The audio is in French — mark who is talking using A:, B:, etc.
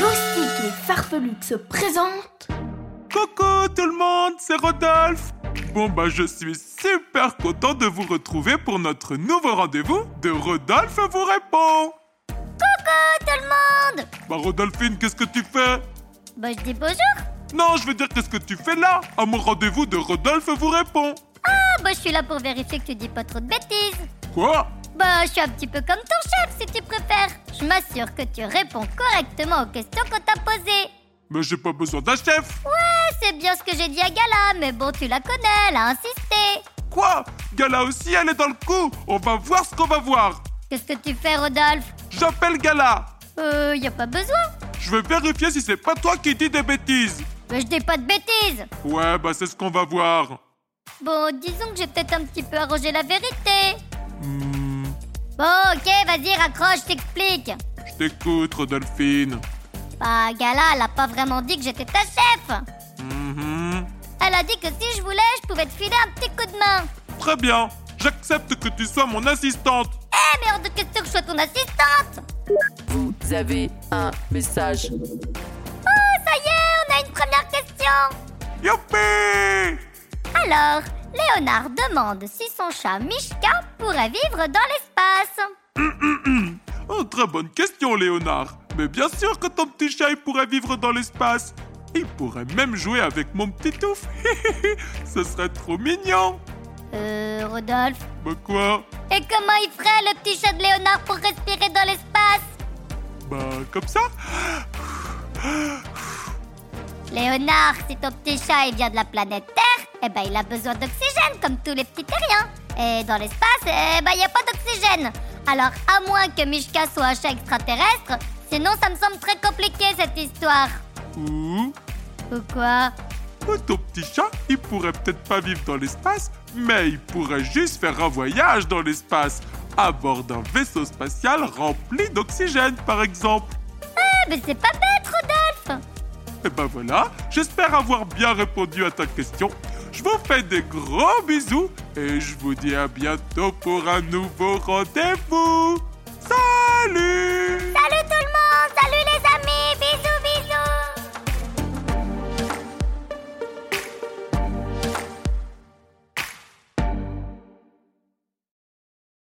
A: Loustique et Farfelux se présentent
B: Coucou tout le monde, c'est Rodolphe. Bon bah je suis super content de vous retrouver pour notre nouveau rendez-vous de Rodolphe vous répond.
A: Coucou tout le monde
B: Bah Rodolphine, qu'est-ce que tu fais
A: Bah je dis bonjour
B: Non, je veux dire qu'est-ce que tu fais là à mon rendez-vous de Rodolphe vous répond.
A: Ah bah je suis là pour vérifier que tu dis pas trop de bêtises
B: Quoi
A: Bah je suis un petit peu comme ton chef si tu préfères Je m'assure que tu réponds correctement aux questions qu'on t'a posées
B: Mais j'ai pas besoin d'un chef.
A: Ah, C'est bien ce que j'ai dit à Gala, mais bon tu la connais, elle a insisté
B: Quoi Gala aussi, elle est dans le coup. On va voir ce qu'on va voir.
A: Qu'est-ce que tu fais Rodolphe
B: J'appelle Gala.
A: Euh, y a pas besoin
B: Je vais vérifier si c'est pas toi qui dis des bêtises.
A: Bah je dis pas de bêtises
B: Ouais, bah c'est ce qu'on va voir.
A: Bon, disons que j'ai peut-être un petit peu arrangé la vérité
B: Hmm,
A: Bon ok, vas-y raccroche, t'explique
B: je t'écoute, Rodolphine.
A: Bah, Gala, elle a pas vraiment dit que j'étais ta chef.
B: Mhm.
A: Elle a dit que si je voulais, je pouvais te filer un petit coup de main.
B: Très bien, j'accepte que tu sois mon assistante.
A: Eh, mais hors de question que je sois ton assistante.
C: Vous avez un message.
A: Oh, ça y est, on a une première question.
B: Youpi
A: Alors, Léonard demande si son chat Mishka pourrait vivre dans l'espace.
B: Oh, très bonne question, Léonard. Mais bien sûr que ton petit chat il pourrait vivre dans l'espace. Il pourrait même jouer avec mon petit touffe. Ce serait trop mignon.
A: Euh, Rodolphe.
B: Bah quoi
A: Et comment il ferait le petit chat de Léonard pour respirer dans l'espace
B: Bah comme ça
A: Léonard, si ton petit chat il vient de la planète Terre, eh ben il a besoin d'oxygène comme tous les petits terriens. Et dans l'espace, eh ben il n'y a pas d'oxygène. Alors à moins que Mishka soit un chat extraterrestre, sinon ça me semble très compliqué cette histoire.
B: Ouh
A: Ou quoi
B: Ou Ton petit chat, il pourrait peut-être pas vivre dans l'espace, mais il pourrait juste faire un voyage dans l'espace, à bord d'un vaisseau spatial rempli d'oxygène, par exemple.
A: Eh ben c'est pas bête Rodolphe
B: Et ben voilà, j'espère avoir bien répondu à ta question. Je vous fais des gros bisous et je vous dis à bientôt pour un nouveau rendez-vous.